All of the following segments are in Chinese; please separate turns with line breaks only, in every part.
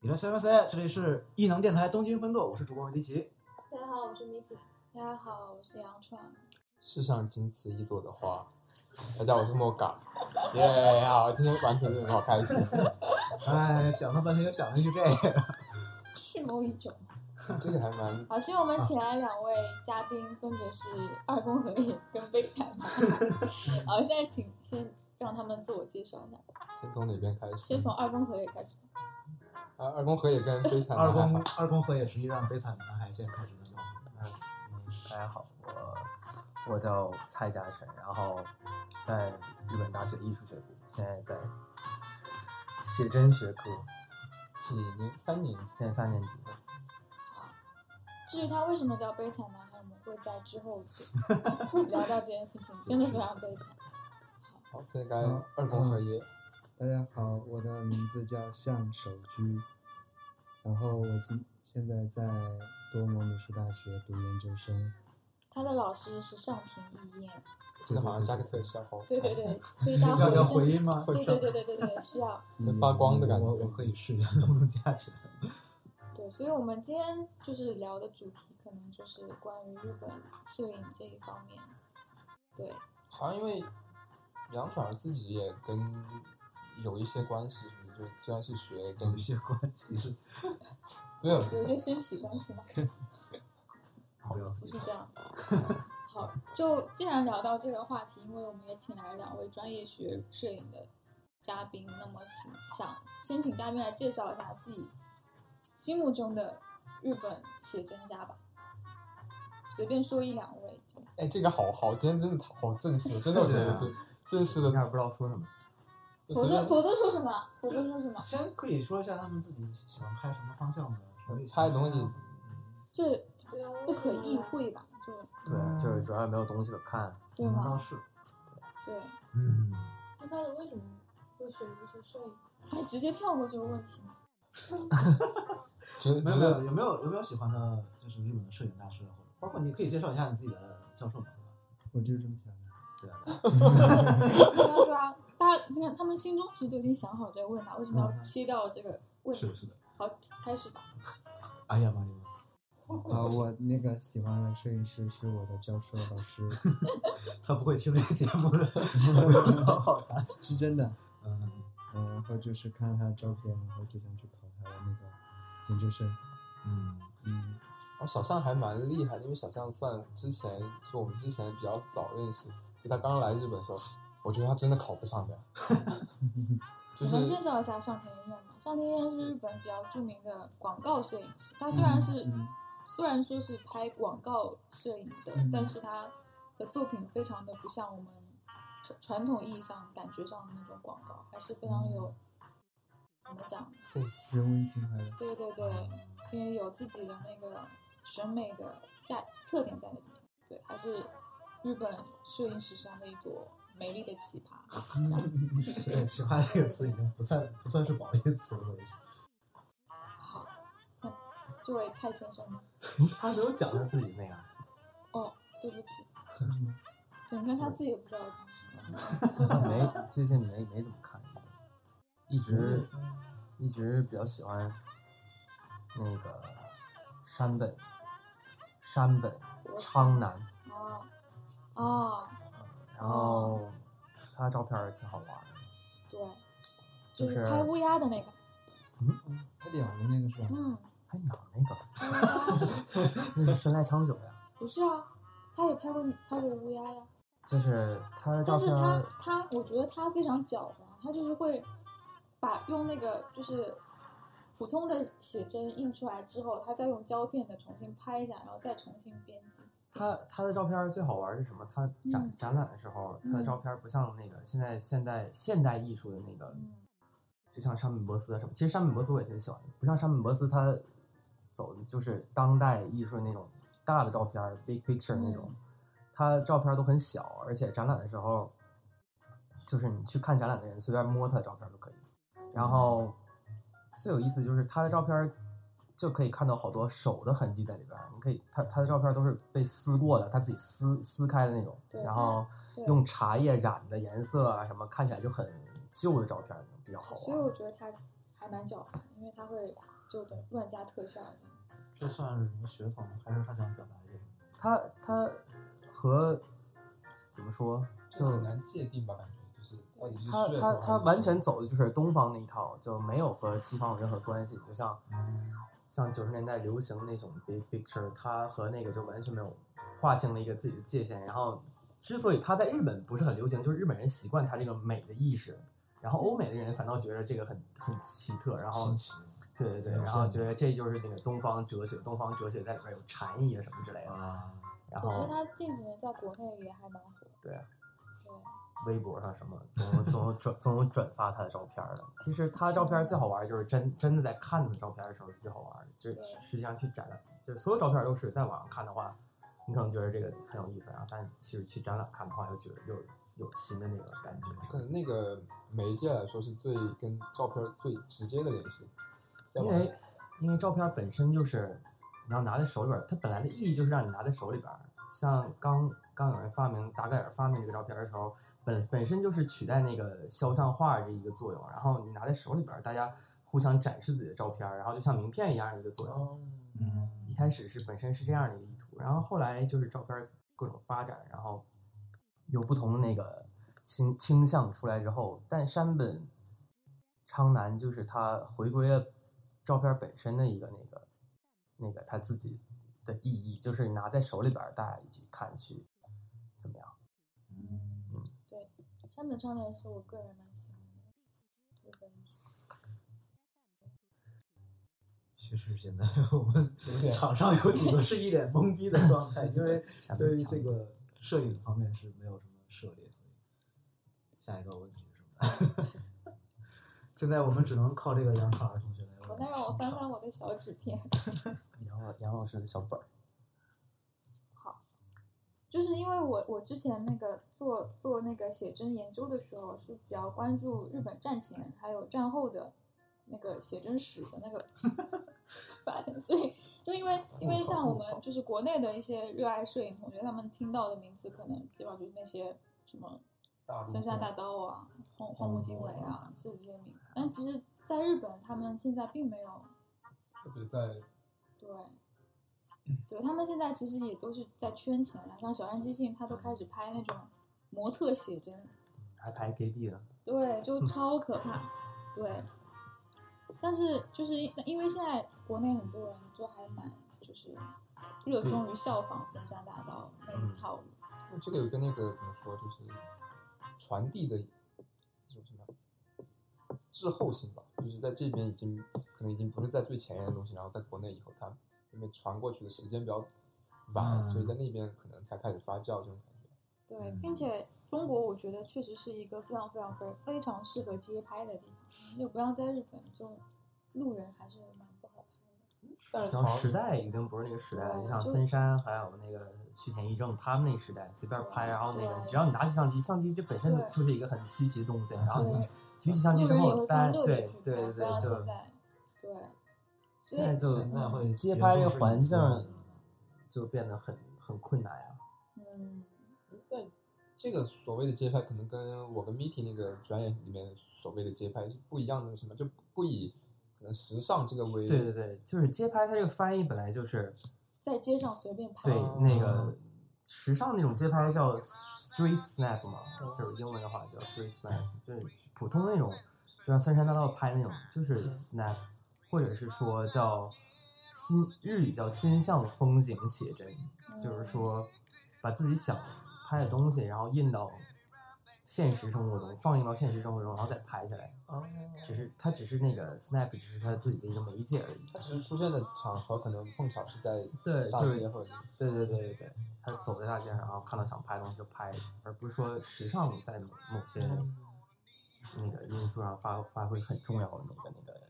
们三三三，这里是异能电台东京分舵，我是主播文迪奇。
大家好，我是米 i
大家好，我是杨创。
世上仅此一朵的花。大家好，我是莫嘎，耶、好，今天玩球队很好开心。
哎，想了半天就想了 一句这个，
蓄谋已久。
这个还蛮
好，其实我们请来两位嘉宾，分别是二宫和也跟贝彩 嘛。好，现在请先让他们自我介绍一下，
先从哪边开始？
先从二宫和也开始。
啊，二宫和也跟悲惨
二
男孩
宫二宫和也实际上悲惨男孩现在开始了。
嗯，大家好，我我叫蔡嘉诚，然后在日本大学艺术学部，现在在写真学科，
几年三年级，
现在三年级。
至于他为什么叫悲惨男孩，我们会在之后就聊到这件 事情，真的非常悲惨。
好，现在该
嗯
二宫和也，
大家好，我的名字叫向守居，然后我今现在在多摩美术大学读研究生。
他的老师是上田一彦，
这个好像加个特效哦，
对对对，所以大家
要要
回
回
声，
音吗？
对对对对对对，需要。
会发光的感
我
觉
嗯我。可以试一下能不能加起来。
对，所以我们今天就是聊的主题，可能就是关于日本摄影这一方面。对，
好像因为杨爽儿自己也跟有一些关系，就虽然是学跟
有一些关系是
没有
有一些身体关系嘛，
好不要
不是这样。好，就既然聊到这个话题，因为我们也请来了两位专业学摄影的嘉宾，那么请想先请嘉宾来介绍一下自己心目中的日本写真家吧，随便说一两位。
哎，这个好好，今天真的好正式，真的我觉得是
啊
正式
有
的。
点不知道说什么。
就
否
随
则
便
否则说什么？否则说什么？
先可以说一下他们自己喜欢拍什么方向的，什么类型
拍的东西，
这不可意会吧？就
对，就是主要也没有东西可看，
对
嗯倒
吗？
是，
对。
嗯，
那他为什么会选择去摄影？
哎，直接跳过这个问题吗？
觉得
没
觉
有没有
得
有没有有没有喜欢的，就是日本的摄影大师，或者包括你可以介绍一下你自己的教授嘛，
我就是这么想的。
对吧？对啊，
对啊对啊，大家你看，他们心中其实都已经想好这个问答，为什么要切掉这个问
是的，
题？
是的。
好，开始吧。
哎呀妈呀！我死
啊，我那个喜欢的摄影师是我的教授老师，
他不会听这个节目的，好好看。
是真的。
嗯，
嗯，然后就是看他的照片，然后就想去考他的那个研究生。
嗯，
嗯，
哦，小象还蛮厉害的，因为小象算之前是我们之前比较早认识，就他刚来日本的时候，我觉得他真的考不上的， 就
你能介
是
绍一下上田燕吗？上田燕是日本比较著名的广告摄影师，他虽然是、
嗯
虽然说是拍广告摄影的，
嗯
但是他的作品非常的不像我们传传统意义上感觉上的那种广告，还是非常有、怎么讲？
人文情怀的。
对对对，因为有自己的那个审美的价特点在那里面，对，还是日本摄影史上的一朵美丽的奇葩。这 样
嗯
现在“奇葩”这个词已经不算不算是褒义词了。
好，那这位蔡先生呢？
他没有讲他自己那样。
哦，对不起，
叫什么？
对，你看他自己也不知道讲什么。
没，最近没没怎么看，一直一直比较喜欢那个山本山本昌男，
哦哦，
然后他照片儿挺好玩的。
对，就
就是
拍乌鸦的那个，
他聊的那个是吧？
嗯，
哎鸟那个，
拍乌鸦
那是生来长久呀。
不是啊，他也拍过你拍过乌鸦呀。
就是他的照
但是
片
他
儿，
他，我觉得他非常狡猾，他就是会把用那个就是普通的写真印出来之后，他再用胶片的重新拍一下，然后再重新编辑。
他他的照片儿最好玩儿是什么？他展、
嗯
展览的时候，他的照片儿不像那个现在现代现代艺术的那个，
嗯，
就像山本博斯啊什么。其实山本博斯我也挺喜欢的，不像山本博斯他走的就是当代艺术那种大的照片儿，big picture 那
嗯
种，他照片儿都很小，而且展览的时候，就是你去看展览的人随便摸他的照片儿都可以。然后最有意思就是他的照片儿就可以看到好多手的痕迹在里边儿，你可以他他的照片儿都是被撕过的，他自己撕撕开的那种，
对
然后
对
用茶叶染的颜色啊什么，看起来就很旧的照片儿比较好啊
所以
玩。
我觉得他还蛮狡猾，因为他会就得乱加特效这样。
这算是什么血统，还是他想表达一个什么？
他他和怎么说，
就
就
很难界定吧，感觉就是到底是
他
血
他
统啊
他
还是
完全走的就是东方那一套，就没有和西方有任何关系。就像像九十年代流行那种 big picture，他和那个就完全没有划清了一个自己的界限。然后，之所以他在日本不是很流行，就是日本人习惯他这个美的意识，然后欧美的人反倒觉得这个很很奇特，然后
新奇，
对对对，
了解
然后觉得这就是那个东方哲学，东方哲学在里边有禅意啊什么之类的。
啊，
然
其实
后
他近几年在国内也还蛮火。
对啊
对。
微博上什么总有总有转总有转发他的照片儿的。其实他照片儿最好玩儿就是真真的在看他的照片儿的时候是最好玩儿的，就是
对
实际上去展览，就是所有照片儿都是在网上看的话，你可能觉得这个很有意思，然后但是其实去展览看的话，又觉得又有新的那个感觉。
可能那个媒介来说是最跟照片最直接的联系，要
因
不然
为因为照片本身就是你要拿在手里边儿，它本来的意义就是让你拿在手里边儿。像刚刚有人发明达盖尔发明这个照片儿的时候，本本身就是取代那个肖像画儿这一个作用，然后你拿在手里边儿，大家互相展示自己的照片儿，然后就像名片一样的一个作用。
哦
一
嗯，
开始是本身是这样的一个意图，然后后来就是照片儿各种发展，然后有不同的那个倾倾向出来之后，但山本昌南就是他回归了照片本身的一个那个那个他自己的意义，就是拿在手里边儿，大家一起看去怎么样？
山本昌亮是我个人蛮喜欢的日本人。
其实现在我们嗯
有点
场上有几个是一脸懵逼的状态，因 为对于这个摄影方面是没有什么涉猎，所以下一个问题是什么？ 现在我们只能靠这个杨卡尔同学来。
我那让我翻翻我的小纸片，
杨老杨老师的小本儿，
就是因为我我之前那个做做那个写真研究的时候，是比较关注日本战前还有战后的那个写真史的那个发展，所以就因为因为像我们就是国内的一些热爱摄影同学，他们听到的名字可能基本上就是那些什么
大陆
三山大刀啊、荒荒木经惟啊，是这些名字。但其实，在日本，他们现在并没有
特别在
对，对他们现在其实也都是在圈钱了。像小山基信，他都开始拍那种模特写真，
还排 KB 呢。
对，就超可怕，对。但是就是因因为现在国内很多人就还蛮就是热衷于效仿森山大道那一套，
那这个有跟那个怎么说，就是传递的一种什么滞后性吧，就是在这边已经可能已经不是在最前沿的东西，然后在国内以后，它因为传过去的时间比较晚，
嗯
所以在那边可能才开始发酵这种感觉。
对
嗯，
并且中国我觉得确实是一个非常非常非常非常适合街拍的地方，就不像在日本，就路人还是蛮不好拍的。
但是
然后
好
时
像
代已经不是那个时代了，
对
你像
就
森山还有那个须田义正他们那时代，随便拍，
对
然后那种
对
只要你拿起相机，相机这本身
对
就是一个很稀奇的东西，然后你
对
举起相机
路
之
人也
后，
会非常
大家
乐
对
意
对
去拍，
对
不像现
对，就
在，对
现在就
现在会
街拍这个环境
严重是隐私
就变得很很困难啊呀、
嗯，
但这个所谓的街拍，可能跟我跟 Miki 那个专业里面所谓的街拍是不一样的，什么就不以可能时尚这个为
对对对，就是街拍它这个翻译本来就是
在街上随便拍，
对那个时尚那种街拍叫 street snap 嘛，就是英文的话叫 street snap，就是普通那种，就像三山大道拍那种，就是 snap，或者是说叫新日语叫心向风景写真，就是说把自己想拍的东西，然后印到现实生活中，放映到现实生活中，然后再拍下来。
哦，
只是它只是那个 snap，只是它自己的一个媒介而已。
它只是出现的场合可能碰巧是在
对，
大
就
街
是
或者
对对对对对，他走在大街上，然后看到想拍的东西就拍，而不是说时尚在某某些那个因素上发发挥很重要的那个那个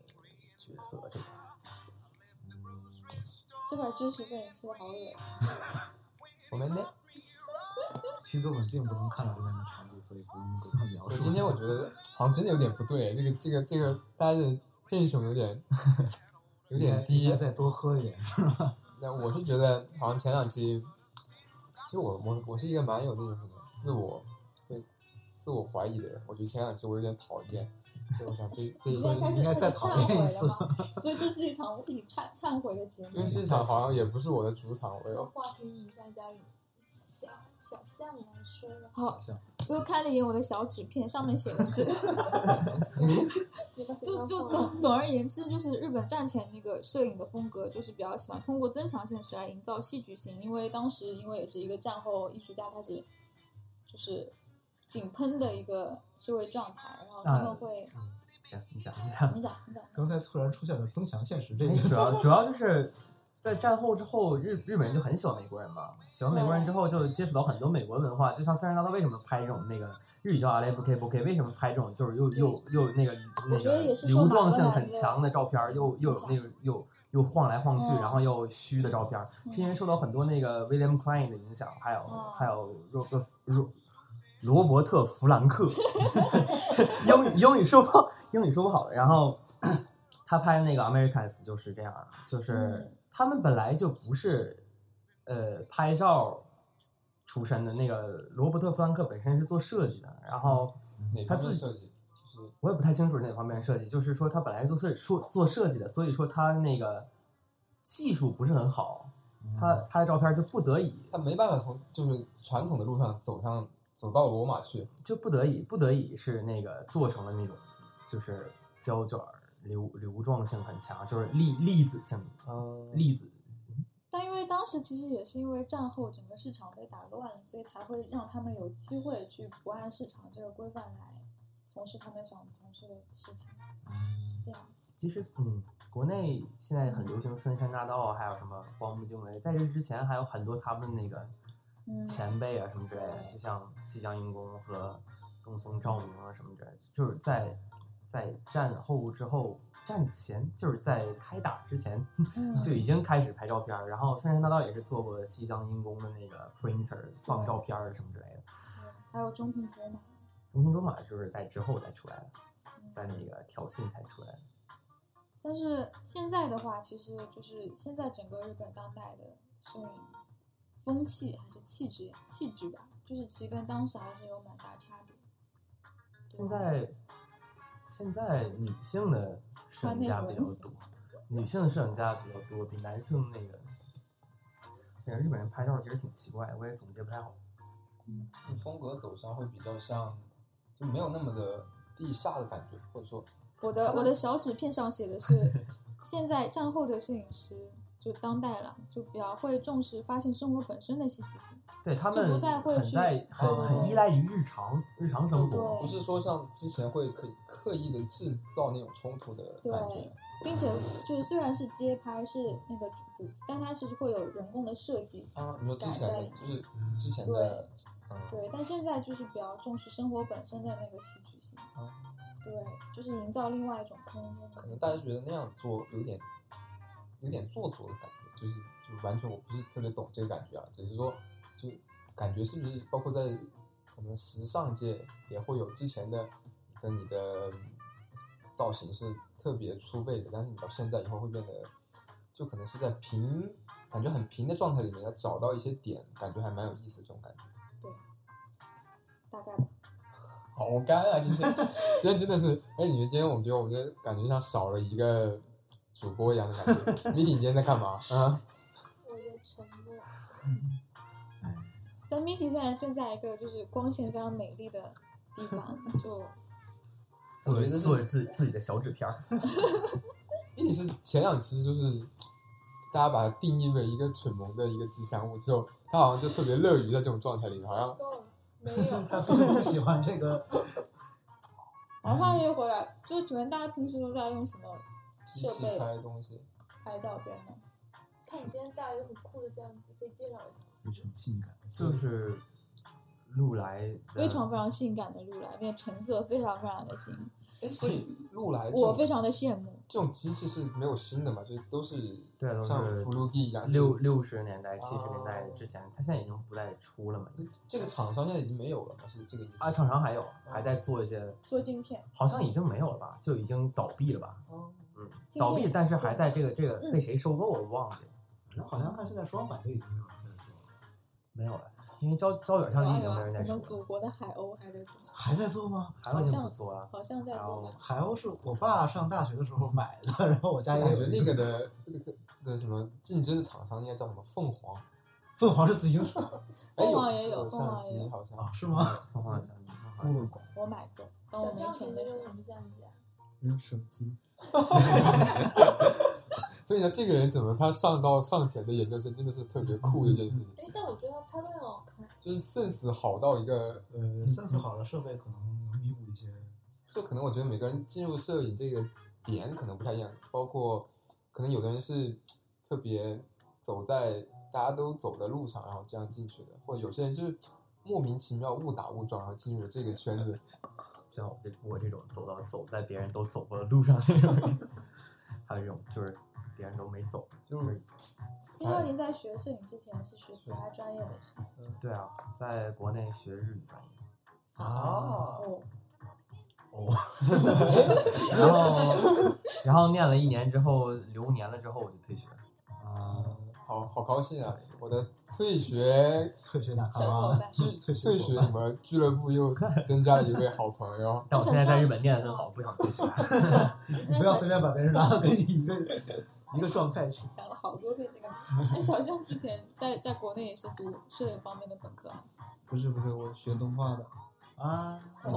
角色这种。
这块知识被你说的好恶心。
我们那
听众们并不能看到这边的场景，所以不用给他描
我
述。
今天我觉得 好像真的有点不对，这个这个这个大家的英雄有点 有点
应
低
该。再多喝一点。
那我是觉得好像前两期，其实我我我是一个蛮有那种什么自我会自我怀疑的人，我觉得前两期我有点讨厌，所以我想这这一
你现在开
期，
始
应该
开始
再
忏
讨
悔
论一次
了 吗？所以这是一场为你忏忏悔的节目
因
嗯
为。这场好像也不是我的主场，我
从
要
话题引向家里小小象来说吧，
好，
像
我又看了一眼我的小纸片，上面写的 是，
你把
就就总总而言之，就是日本战前那个摄影的风格，就是比较喜欢通过增强现实来营造戏剧性，因为当时因为也是一个战后艺术家开始就是井喷的一个社会状态，然后他
啊
们会，
讲你讲一讲。
你讲你讲，
刚才突然出现了“增强现实”这个
哎主
词，
要主要就是在战后之后，日日本人就很喜欢美国人嘛，喜欢美国人之后就接触到很多美国文化，就像三山大道为什么拍这种那个日语叫阿雷不 K 不 K，为什么拍这种就是又又又那个那
觉得
个
也是受
流
马
状
勒
性
的
很
那个
强的照片儿，又又有那个又。又晃来晃去，
嗯
然后又虚的照片儿，是因为受到很多那个 William Klein 的影响，还有、
嗯
还有罗伯罗罗伯特弗兰克， 英语英语说不好英语说不好了，然后 他拍那个 Americans 就是这样，就是
嗯
他们本来就不是呃拍照出身的，那个罗伯特·弗兰克本身是做设计的，然后
哪
他
方面
自己
设计，就是
我也不太清楚是哪方面的设计，就是说他本来是做设说做设计的，所以说他那个技术不是很好，他拍的照片就不得已
他没办法从就是传统的路上走上走到罗马去，
就不得已不得已是那个做成了那种就是胶卷儿流流状性很强，就是粒粒子性呃
嗯，
粒子
但因为当时其实也是因为战后整个市场被打乱，所以才会让他们有机会去不按市场这个规范来从事他们想从事的事情，是这样。
其实，嗯，国内现在很流行森山大道，还有什么荒木经惟，在这之前还有很多他们那个
嗯，
前辈啊什么之类的，就像西江英公和东松照明啊什么之类的，就是在在战后之后，战前就是在开打之前
嗯
就已经开始拍照片儿，然后森山大道也是做过西江英公的那个 printer 放照片儿什么之类的。
还有中品卓玛，
东松卓马就是在之后才出来的，
嗯
在那个挑衅才出来的。
但是现在的话，其实就是现在整个日本当代的摄影风气还是气质气质吧，就是其实跟当时还是有蛮大差别。
现在现在女性的摄影家比较多，女性摄影家比较多，比男性那个，那个日本人拍照其实挺奇怪，我也总结不太好。
就风格走向会比较像，就没有那么的地下的感觉，或者说
我的我的小纸片上写的是， 现在战后的摄影师就当代了，就比较会重视发现生活本身的戏剧性。
对他
就
们
不再会
很
去
在很
哦
很依赖于日常日常生活，
不是说像之前会可以刻意的制造那种冲突的感觉
对，并且就是虽然是街拍是那个主，但它是会有人工的设计，
啊，你说之前的
对
就是之前的，嗯，
对，但现在就是比较重视生活本身的那个戏剧性，
哦
对，就是营造另外一种空间。
可能大家觉得那样做有点有点做作的感觉，就是就完全我不是特别懂这个感觉啊，只是说就感觉是不是包括在可能时尚界也会有之前的你跟你的造型是特别出位的，但是你到现在以后会变得就可能是在平感觉很平的状态里面要找到一些点，感觉还蛮有意思的这种感觉。
大概吧，
好干啊！今天 今天真的是，哎，你们今天我觉得我们就感觉像少了一个主播一样的感觉。米体，你今天在干嘛？啊，
我的沉默。
但 Miki 现在正在一个就是光线非常美丽的地 方，就
做
我觉得是
做自自己的小纸片儿。
米体是前两期就是大家把它定义为一个蠢萌的一个吉祥物之后，他好像就特别乐于在这种状态里面，好像
没有，
他并不喜欢这个
然后话又回来，就请问大家平时都在用什么
机
设
器
备
拍东西。
拍照片呢？
看你今天带了一个很酷的相机，可以介绍一下。
非常性感，
就是路来的
非常非常性感的路来，那个成色非常非常的新，
哎，所以录来这
我非
种
常的羡慕。
这种机器是没有新的嘛，就都是
对啊都是
像 f l u g i 一样。
六六十年代七十
哦
年代之前，他现在已经不再出了嘛。
这个厂商现在已经没有了嘛，是这个意思。
啊，厂商还有还在做一些，
做镜片，
好像已经没有了吧，就已经倒闭了吧。
哦
嗯，
今
倒闭，
天
但是还在这个这个
嗯
被谁收购我忘记了，
反正好像看现在双反这已经没有人在做了。
没有了，因为胶胶卷相机已经没人在
啊我
收
们
了。
祖国的海鸥还在做。
还在做吗？
还有挺不错啊。
好像在做吧。
海鸥是我爸上大学的时候买的，然后我家
我
也
感
有
觉
一
那个的那个的什么竞争的厂商应该叫什么凤凰，
凤凰是自行车
哎，
凤凰也有
有
凤凰
相
也
机
有
好像嗯
啊，是吗？
凤凰的相机，凤凰的相机
我买过，当我没钱的时候
什。么相机啊？
用手机，
所以呢，这个人怎么他上到上田的研究生真的是特别酷的一件事情，
哎，但我觉得拍照很好 看。
就是 sense 好到一个，
呃，三四好的设备可能能弥补一些。
就可能我觉得每个人进入摄影这个点可能不太一样，包括可能有的人是特别走在大家都走的路上，然后这样进去的，或者有些人就是莫名其妙误打误撞然后进入了这个圈子，
像我这我这种走到走在别人都走过的路上那种人， 还有一种就是别人都没走，
就是
因为您在学摄影之前是学其他专业的，是吗？
对啊，在国内学日语专业，
啊，
哦，
然后然后念了一年之后留年了之后我就退学了，，
啊，
好好高兴啊！我的退学
退学打卡
小伙
啊，
伴
退退学
退学什么俱乐部又增加了一位好朋友
但我现在在日本念的很好，不想退学。
你 不要随便把别人拉到跟你一个一个状态去。
讲了好多遍这个。那小象之前在在国内也是读摄影方面的本科啊，
不是不是，我学动画的，
啊，
嗯，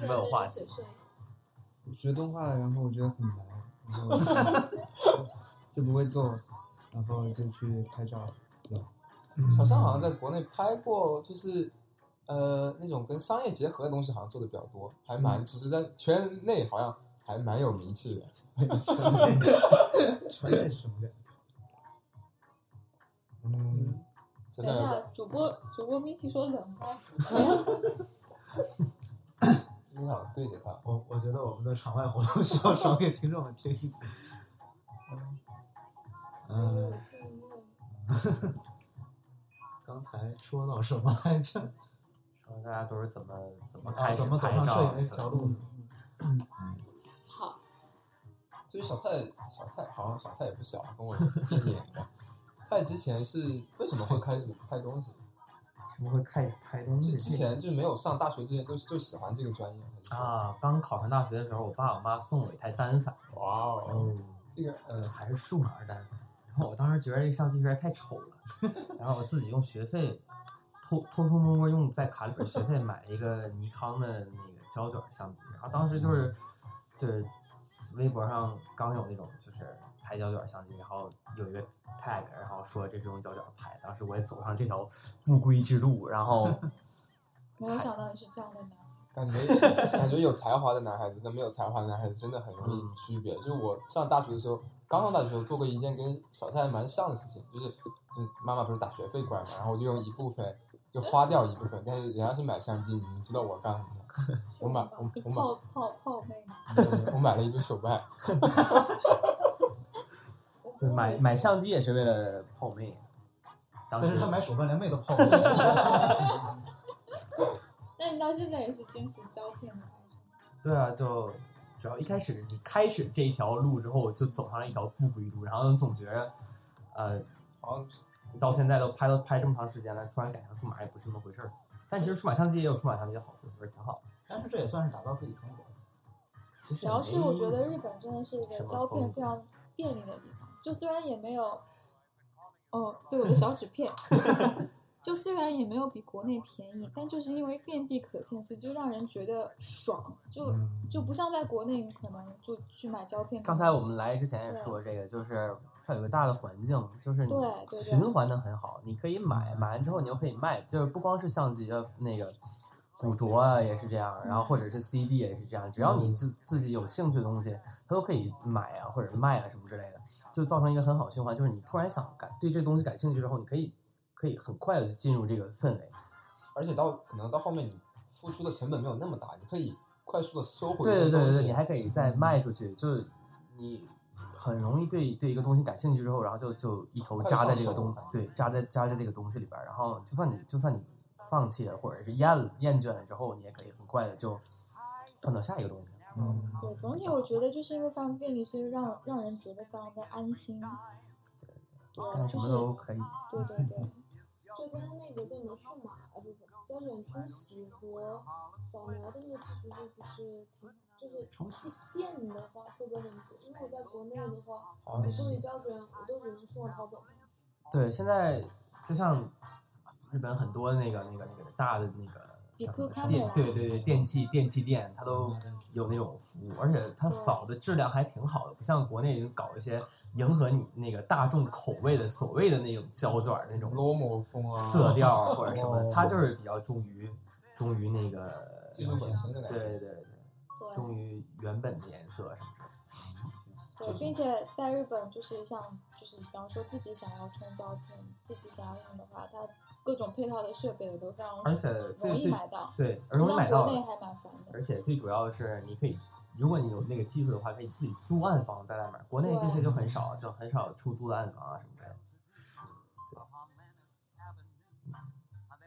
没有话题
我学动画的，然后我觉得很难，然后 就不会做，然后就去拍照了。
小尚好像在国内拍过，就是呃那种跟商业结合的东西，好像做的比较多，还蛮只是在圈内好像还蛮有名气的。
全认识什么的？嗯，
小
等一
尚
下
有，
主播主播 Miki 说冷吗？
你好对着他，
我我觉得我们的场外活动需要少给听众们听一听。嗯，
自己录
刚才说到什么来着？
然后大家都是怎么怎么
啊，
开始
怎么走
拍
上摄
照
影这条
的？
路的？
好，
就是小蔡，小蔡好像小蔡也不小，跟我一年吧。蔡之前是为什么会开始拍东西？
什么会开始拍东
就
西？
之前就没有上大学之前就就喜欢这个专业还是说？
啊，刚考上大学的时候，我爸我妈送我一台单反，
哇哦，
哦，
这个呃
呃，还是数码单反。然后我当时觉得这个相机实在太丑了，然后我自己用学费偷偷偷摸摸用在卡里边学费买了一个尼康的那个胶卷相机，然后当时就是就是微博上刚有那种就是拍胶卷相机，然后有一个 tag，然后说这是用胶卷拍，当时我也走上这条不归之路，然后
没有想到你是这样的男人。
感觉感觉有才华的男孩子跟没有才华的男孩子真的很容易区别。就是我上大学的时候，刚上大学的时候做过一件跟小蔡蛮像的事情，就是就是妈妈不是打学费过来嘛，然后我就用一部分就花掉一部分，但是人嗯家是买相机，你们知道我干什么吗？我买我
你
我买
泡泡泡妹吗？
我买了一对手办，
对买买相机也是为了泡妹，当时
但是他买手办连妹都泡不了。
那你到现在也是坚持胶片的爱好？
对啊，就主要一开始你开始这一条路之后，就走上了一条不归路，然后总觉着，呃，
好像
到现在都拍了拍这么长时间了，突然改成数码也不是那么回事儿。但其实数码相机也有数码相机的好处，就是挺好的。
但是这也算是打造自己生活。
其实
主
也
要是我觉得
没
日本真的是一
什
个
么
胶片
风格
非常便利的地方，就虽然也没 有，哦，对我的小纸片， 就虽然也没有比国内便宜，但就是因为遍地可见，所以就让人觉得爽，就
嗯
就不像在国内你可能就去买胶片。
嗯刚才我们来之前也说这个，就是它有个大的环境，就是你
对对对
循环的很好，你可以买，买完之后你又可以卖，就是不光是相机啊，那个古着啊也是这样，然后或者是 CD 也是这样，只要
嗯
你自自己有兴趣的东西，它都可以买啊或者卖啊什么之类的，就造成一个很好的循环，就是你突然想感对这东西感兴趣之后，你可以可以很快的进入这个氛围。
而且到可能到后面你付出的成本没有那么大，你可以快速的收回这
对对
个
对
东
对，你
西。
还可以再卖出去，就是你很容易对对一个东西感兴趣之后，然后就就一头扎在这个东
快上手
对扎在扎在这个东西里边儿，然后就算你就算你放弃了或者是厌了厌倦了之后，你也可以很快的就换到下一个东西。
嗯，
对，总体我觉得就是因为非常便利，所以让让人觉得非常的安心。对，
干
就
什
是
么都可以，
对对对，
就跟那个叫什么数码，呃，不不，标准冲洗和扫描的那个技术就不是挺，就是
重启
电的话会不会很贵？因为我在国内的话，
好像
我处
是
理标准我都只能送到淘宝。
对，现在就像日本很多那个那个那个大的那个
比
叫什么
Coca
电
Cola
对对对电器电器店，它都
嗯
有那种服务，而且它扫的质量还挺好的，不像国内搞一些迎合你那个大众口味的所谓的那种胶卷儿那种
Lomo 呃风啊，
色调或者什么
哦，
它就是比较忠于忠于那个
技术本身的感
对
觉。
对对，忠
对
于原本的颜色什么什么。
对，并且在日本就是像就是比方说自己想要冲胶片，自己想要用的话，它各种配套的设备都非常
而且最
容易
最
买到，
对，而
不
容易
像
买
国
到
内
的，
还蛮烦的。
而且最主要的是你可以，如果你有那个技术的话，可以自己租暗房在外面。国内这些就很少，就很少出租的暗房啊什么之类的。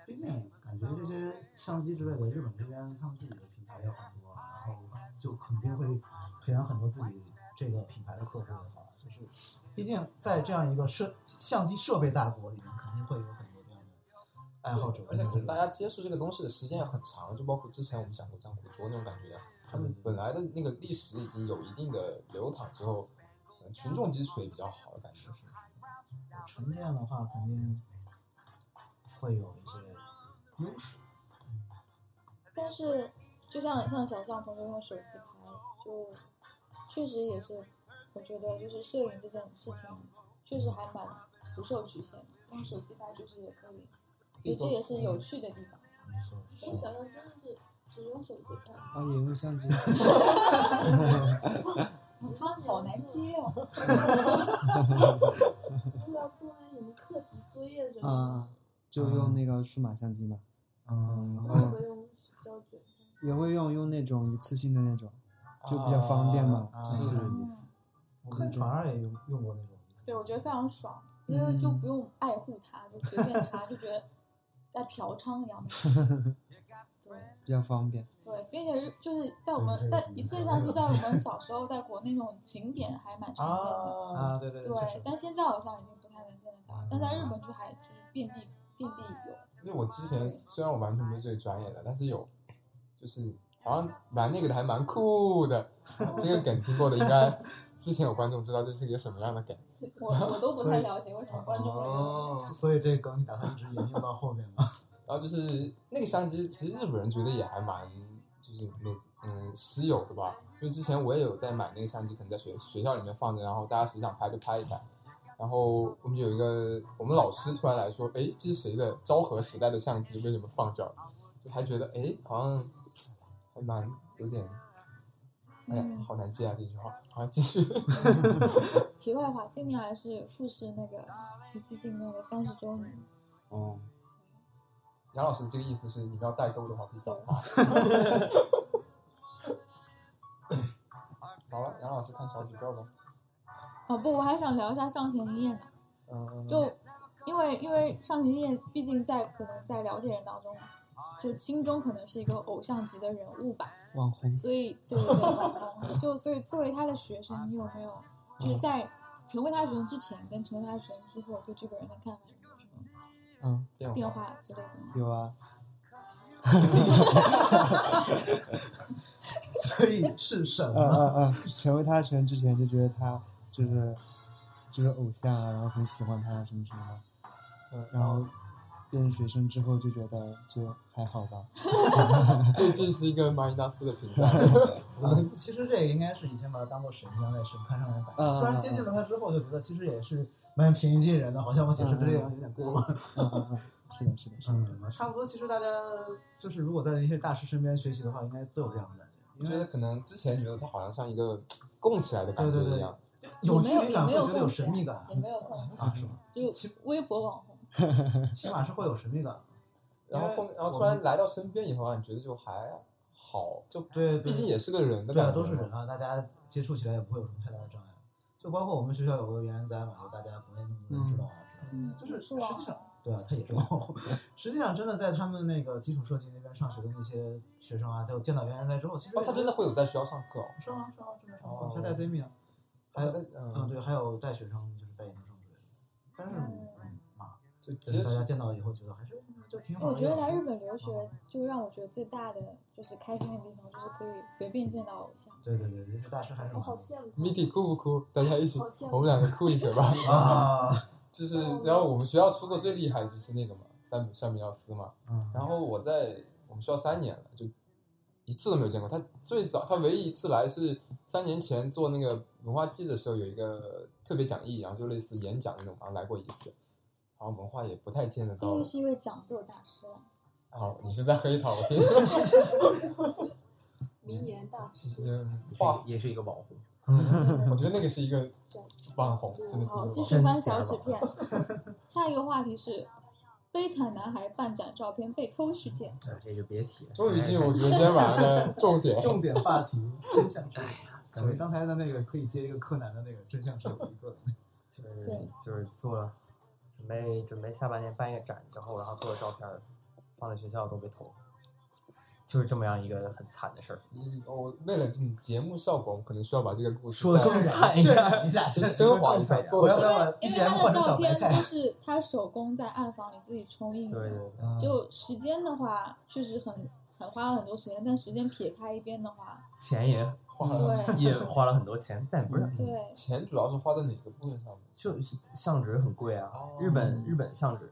毕竟感觉这些相机之类的，日本这边他们自己的品牌也很多，然后就肯定会培养很多自己这个品牌的客户也好，就是毕竟在这样一个设相机设备大国里面，肯定会有很多这样的爱好者，
而且可能大
家
家接触这个东西的时间也很长，就包括之前我们讲过江湖桌那种感觉一样，啊
他
嗯
们
本来的那个历史已经有一定的流淌之后，呃群众基础也比较好的感觉。
沉淀的话，肯定会有一些优势。
但是就像像小象同学用手机拍，就确实也是，我觉得就是摄影这件事情确实还蛮不受局限的，用手机拍确实也可以，所以这也是有趣的地方。
没错，
但是想象真的是只用手机拍，
啊，也用相 机。
他好嗯难接哦，
如果要做那什么课题作业什么
啊，就用那个数码相机嘛，
嗯，
然
的，那
后
会用胶卷。
也会用用那种一次性的那种，就比较方便嘛。
啊
就是是
我看船上也用用过那种，
对我觉得非常爽，因为就不用爱护它，就随便插，就觉得在嫖娼一样的。对
比较方便。
对，并且是就是在我
对
们在
这个
一次上是在我们小时候在国内那种景点还蛮常见的。
啊，
啊，对对嗯对，确
对
实，
但现在好像已经不太能见得到，但在日本就还就是遍地遍地有。
因为我之前虽然我完全不是这个专业的，但是有，就是好像玩那个的还蛮酷的。 这个梗听过的应该之前有观众知道这是一个什么样的梗。
我我都不太了解为什么观众会有。
哦
所以这个梗你打算一直沿用到后面吗？
然后就是那个相机，其实日本人觉得也还蛮，就是没嗯稀有的吧。因为之前我也有在买那个相机，可能在学学校里面放着，然后大家谁想拍就拍一拍。然后我们有一个我们老师突然来说，哎，这是谁的昭和时代的相机？为什么放这儿？就还觉得哎，好像还蛮有点，哎呀，好难接啊这句话。好，继续。
题外话，今年还是富士那个一次性那个三十周年，
哦，
杨老师这个意思是，你们要代购的话可以找 啊他。好了，杨老师看小指标吧。
哦不，我还想聊一下上田一彦呢，
嗯，
就因为因为上田一彦毕竟在可能在了解人当中，就心中可能是一个偶像级的人物吧，
网红
所以对对对网红，就所以作为他的学生，你有没有就是在成为他的学生之前跟成为他的学生之后，对这个人的看法有没有什么
嗯，
变
变
化。
化之类的吗？
有啊，
所以是什
嗯
么？
嗯嗯，成为他的神之前就觉得他就是就是偶像啊，然后很喜欢他什么什么的，
嗯，
然后变成学生之后就觉得就还好吧。
这这是一个马伊纳斯的评价。
嗯其实这个应该是以前把它当做神一样在神龛上面摆，
嗯
突然接近了他之后，就觉得其实也是蛮平易近人的，好像我解释的这样有点过了。
嗯嗯嗯，是的，是的，是的。
嗯，差不多。其实大家就是如果在一些大师身边学习的话，应该都有这样的感
我
觉，
觉
因
得
为
可能之前觉得他好像像一个供起来的感觉
对对对
一样，
有距离
也
感，
没
会
有
觉得有神秘感
也没有共性，
啊，是吧？
就是微博网红。
起码是会有神秘感。
然后后面然后突然来到身边以后啊，你觉得就还好，就
对，对
毕竟也是个人的
对
感
啊，
觉，
都是人啊，大家接触起来也不会有什么太大的障碍。就包括我们学校有个袁哉嘛，就大家国内那么多人知道啊，
嗯
知道，就是
是
实
网
际
红
上。对啊，他也是网红。 实际上，真的在他们那个基础设计那边上学的那些学生啊，就见到袁元哉之后，其实
哦，他真的会有在学校上课哦。
上啊上啊，真的上
哦
课，他带 z i m i 啊，还有
哦
嗯
嗯对，还有带学生就是带研究生之类的。但是嗯，啊，
就
就
直
是
接
大家见到以后觉得还是嗯就挺好
我
的一
觉
个
得
老师。
来日本留学，就让我觉得最大的就是开心的地方，就是可以随便见到偶像。
对对对，人学大师还是
我
蛮
好羡慕他。
MIDI 哭不哭？大家一起
好羡，慕
我们两个哭 一个吧。
啊，
就是，然后我们学校出过最厉害的就是那个嘛，山本山本耀司嘛。
嗯，
然后我在我们学校三年了，就一次都没有见过他。最早他唯一一次来是三年前做那个文化季的时候，有一个特别讲义，然后就类似演讲那种，然后来过一次。然后文化也不太见得
毕
到
竟。是一位讲座大师啊了，
哦，你是在黑他？我听
名言大师，
就画，
也是一个保护。
我觉得那个是一个网红，真的是一个
好，
网
继
红。
续翻小纸片。下一个话题是悲惨男孩办展照片被偷事件。
哎这就别提了。
终于进入我觉得今天晚上的重点。
重点话题真相之旅。所以刚才的那个可以接一个柯南的那个真相之旅一个，
就是
对
就是做了，准备准备下半年办一个展之后，然后做了照片儿，放在学校都被偷了，就是这么样一个很惨的事儿。
嗯，我为了这种节目效果，我们可能需要把这个故事
说的
再
更染渲染一下，
深深华一下，做
我要
的
不
因
要把
为
BGM
因为他
换
的
成
照
小白
片
菜
都？是他手工在暗房里自己冲印
对对
的，
对，
嗯
就时间的话确实很很花了很多时间，但时间撇开一边的话，
钱也
花了
对
也花了很多钱，但也不是很
对，
钱主要是花在哪个部分上面？
就是相纸很贵啊
哦。
日本日本相纸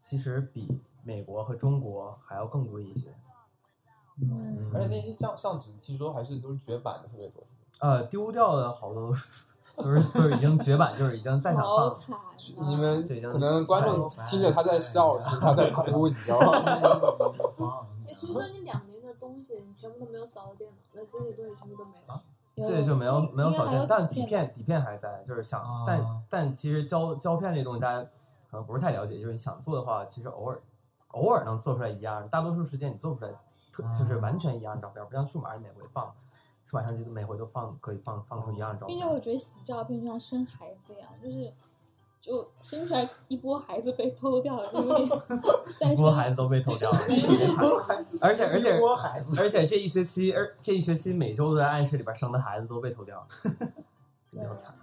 其实比美国和中国还要更贵一些。
嗯，
嗯
而且那些相相纸，听说还是都是绝版的特别多。
呃，丢掉的好多都是都是已经绝版，就是已经再想
好
放。
惨啊！
你们
这张
可能观众听着他在笑，其实他在哭，你知道吗？
哎，所以说你两年的东西，你全部都没有扫到电脑，那这些东西全部都没有。
有
对，就没有没有扫
应该还有，
地但
底
底片底片还在，就是想，
啊
哦
但但其实胶胶片这东西大家可能不是太了解，就是你想做的话，其实偶尔偶尔能做出来一样，大多数时间你做不出来特
啊
就是完全一样的照片，不像数码你每回放，数码相机都每回都放可以放放出一样的照
并且我
片，
觉得洗照片就像生孩子一样，就是就生出来一波孩子被偷掉了，就有点 再
很多
生
孩子都被偷掉了，特别惨而 且而且
一窝孩子，
而且这一学期，而这一学期每周都在暗室里边生的孩子都被偷掉了，就比较惨，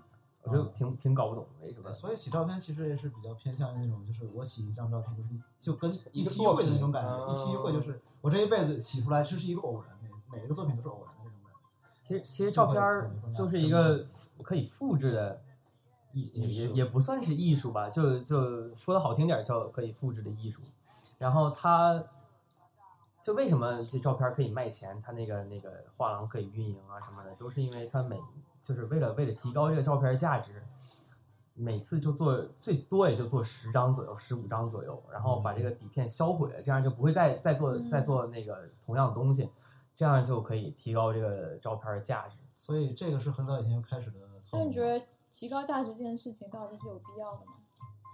我就挺挺搞不懂为什么。
所以洗照片其实也是比较偏向于那种，就是我洗一张照片，就是一就跟
一
一
个
期一
作
会
品
的那种感
啊
觉，一期一会就是我这一辈子洗出来，这是一个偶然，每每一个作品都是偶然的那种感觉。
其实其实照片儿就是一个可以复制的艺，也
艺术
也也不算是艺术吧，就就说的好听点儿叫可以复制的艺术。然后它就为什么这照片儿可以卖钱，它那个那个画廊可以运营啊什么的，都是因为它每就是为了为了提高这个照片儿价值。每次就做最多也就做十张左右，十五张左右，然后把
嗯
这个底片销毁，这样就不会再再做再做那个同样的东西，这样就可以提高这个照片儿的价值。
所以这个是很早以前就开始的。
那你觉
哦
得提高价值这件事情到底是有必要的吗？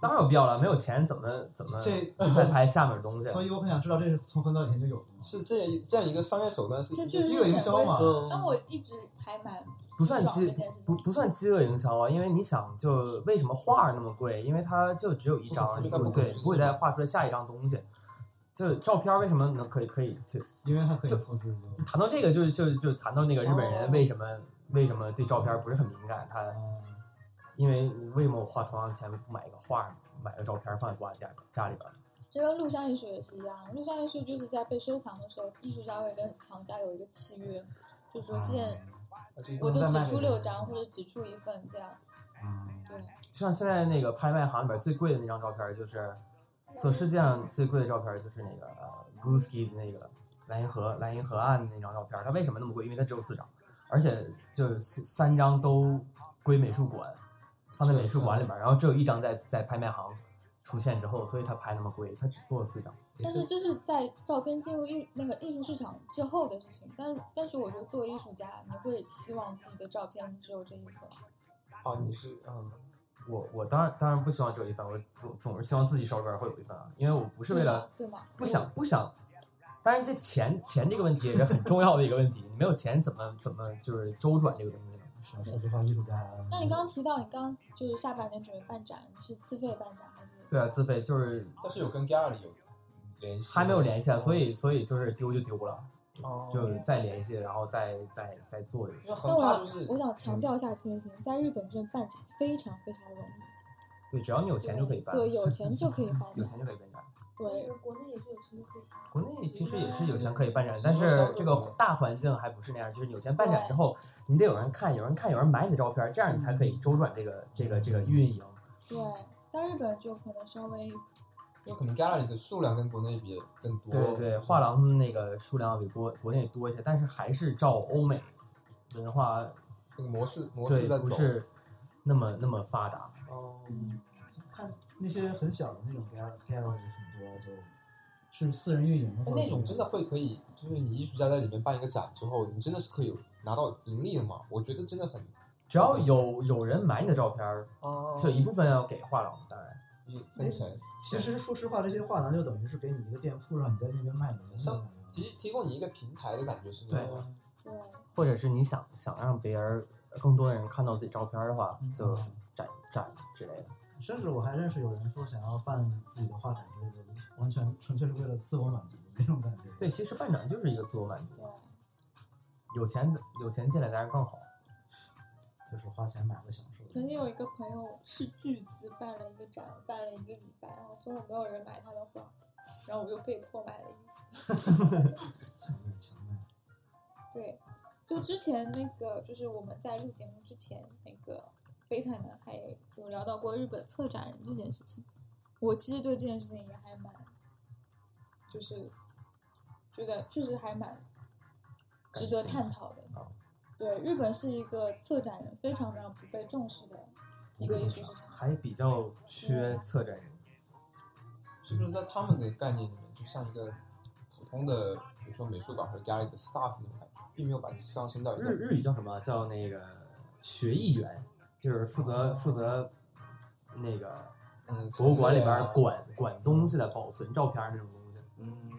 当然有必要了，没有钱怎么怎么
这
再拍下面的东
啊
西？啊
所以我很想知道，这是从很早以前就有的吗？
是这这样一个商业手段是
这就是
饥饿营销嘛
潜规则
嗯
但我一直还蛮
哦不算
爽
饥
这件事情
不不算饥饿营销啊，因为你想，就为什么画儿那么贵？因为它就只有一张
不可复制，
不
不可
对
复制，
不会再画出来下一张东西。就照片儿为什么能可以可以就
因为它可以复制的。
谈到这个就就就谈到那个日本
哦
人为什么、为什么对照片儿不是很敏感？他
啊
因为为什么我花同样的钱买一个画儿，买个照片儿放在挂家家里边儿？
这跟录像艺术也是一样，录像艺术就是在被收藏的时候，艺术家会跟藏家有一个契约，就
啊
说这件
啊
我就只出六张或者只出一份这样。
啊
对，
就像现在那个拍卖行里边最贵的那张照片儿，就是，所世界上最贵的照片儿就是那个呃 Gucci 的那个蓝银河蓝银河岸那张照片儿。它为什么那么贵？因为它只有四张，而且就是四三张都归美术馆，放在美术馆里边儿，然后只有一张在在拍卖行出现之后，所以它拍那么贵，它只做了四张。
但是这是在照片进入艺那个艺术市场之后的事情。但是但是我觉得作为艺术家，你会希望自己的照片只有这一份。
啊，你是嗯，
我我当然当然不希望只有一份，我总总是希望自己手里边儿会有一份啊，因为我不是为了。
对吗？
不想不想。当然，这钱钱这个问题也是很重要的一个问题。你没有钱，怎么怎么就是周转这个东西呢？
少说句话，艺术家。啊
那你刚刚提到，你刚刚就是下半年准备办展，是自费办展还是？
对啊，自费就是
但是有跟 gallery 有联系，
还没有联系啊，所以所以就是丢就丢了，
哦，
就再联系，然后再再再做就嗯
因为
行。
很
那我
怕
要
就是
我想强调一下这件事情，在日本这办展非常非常容易，
对，只要你有钱就可以办，
对，有钱就可以发
有
展，
钱就可以办展。
对，
国内也是有什么可以办
国内其实也是有钱可以办展，但是这个大环境还不是那样。就是有钱办展之后，你得有人看，有人看，有人买你的照片，这样你才可以周转这个这个这个运营。
对，但日本就可能稍微
有可能 gallery 的数量跟国内比更多。嗯
对对对，画廊那个数量要比国国内多一些，但是还是照欧美文化
那个模式模式
对
在
不
走。
是嗯那么那么发达。
哦，
看那些很小的那种 gallery gallery 很多啊就是私人运营的
哎，
话，
那种真的会可以，就是你艺术家在里面办一个展之后，你真的是可以有拿到盈利的嘛？我觉得真的很
只
嗯
要有有人买你的照片儿，
哦
就一部分要给画廊，当然。
分成，
其实说实话，这些画廊就等于是给你一个店铺，让你在那边卖东西。
提提供你一个平台的感觉是那种吗。
对
或者是你想想让别人更多的人看到自己照片儿的话，就
嗯
展展之类的。
甚至我还认识有人说想要办自己的画展之类的，完全纯粹是为了自我满足的那种感觉。
对，其实办展就是一个自我满足，
对，
有钱的有钱进来当然更好。
就是花钱买个享受。
曾经有一个朋友斥巨资办了一个展，办了一个礼拜，然后最后没有人买他的画，然后我就被迫买了一幅。
强卖强卖，
对，就之前那个，就是我们在录节目之前，那个悲惨男孩有聊到过日本策展人这件事情。我其实对这件事情也还蛮，就是觉得确实还蛮值得
感兴趣
探讨的
啊。
对，日本是一个策展人非常非常不被重视的一个艺术市场。
还比较
嗯
缺策展人，
是不是在他们的概念里面，就像一个普通的，比如说美术馆或者 gallery 的 staff 那种感觉，并没有把你上升到一
日
个
日语叫什么？叫那个学艺员，就是负责
哦
负责那个
嗯
博物馆里边
陈列
儿
啊
管管东西的、保存照片儿那种东西。
嗯，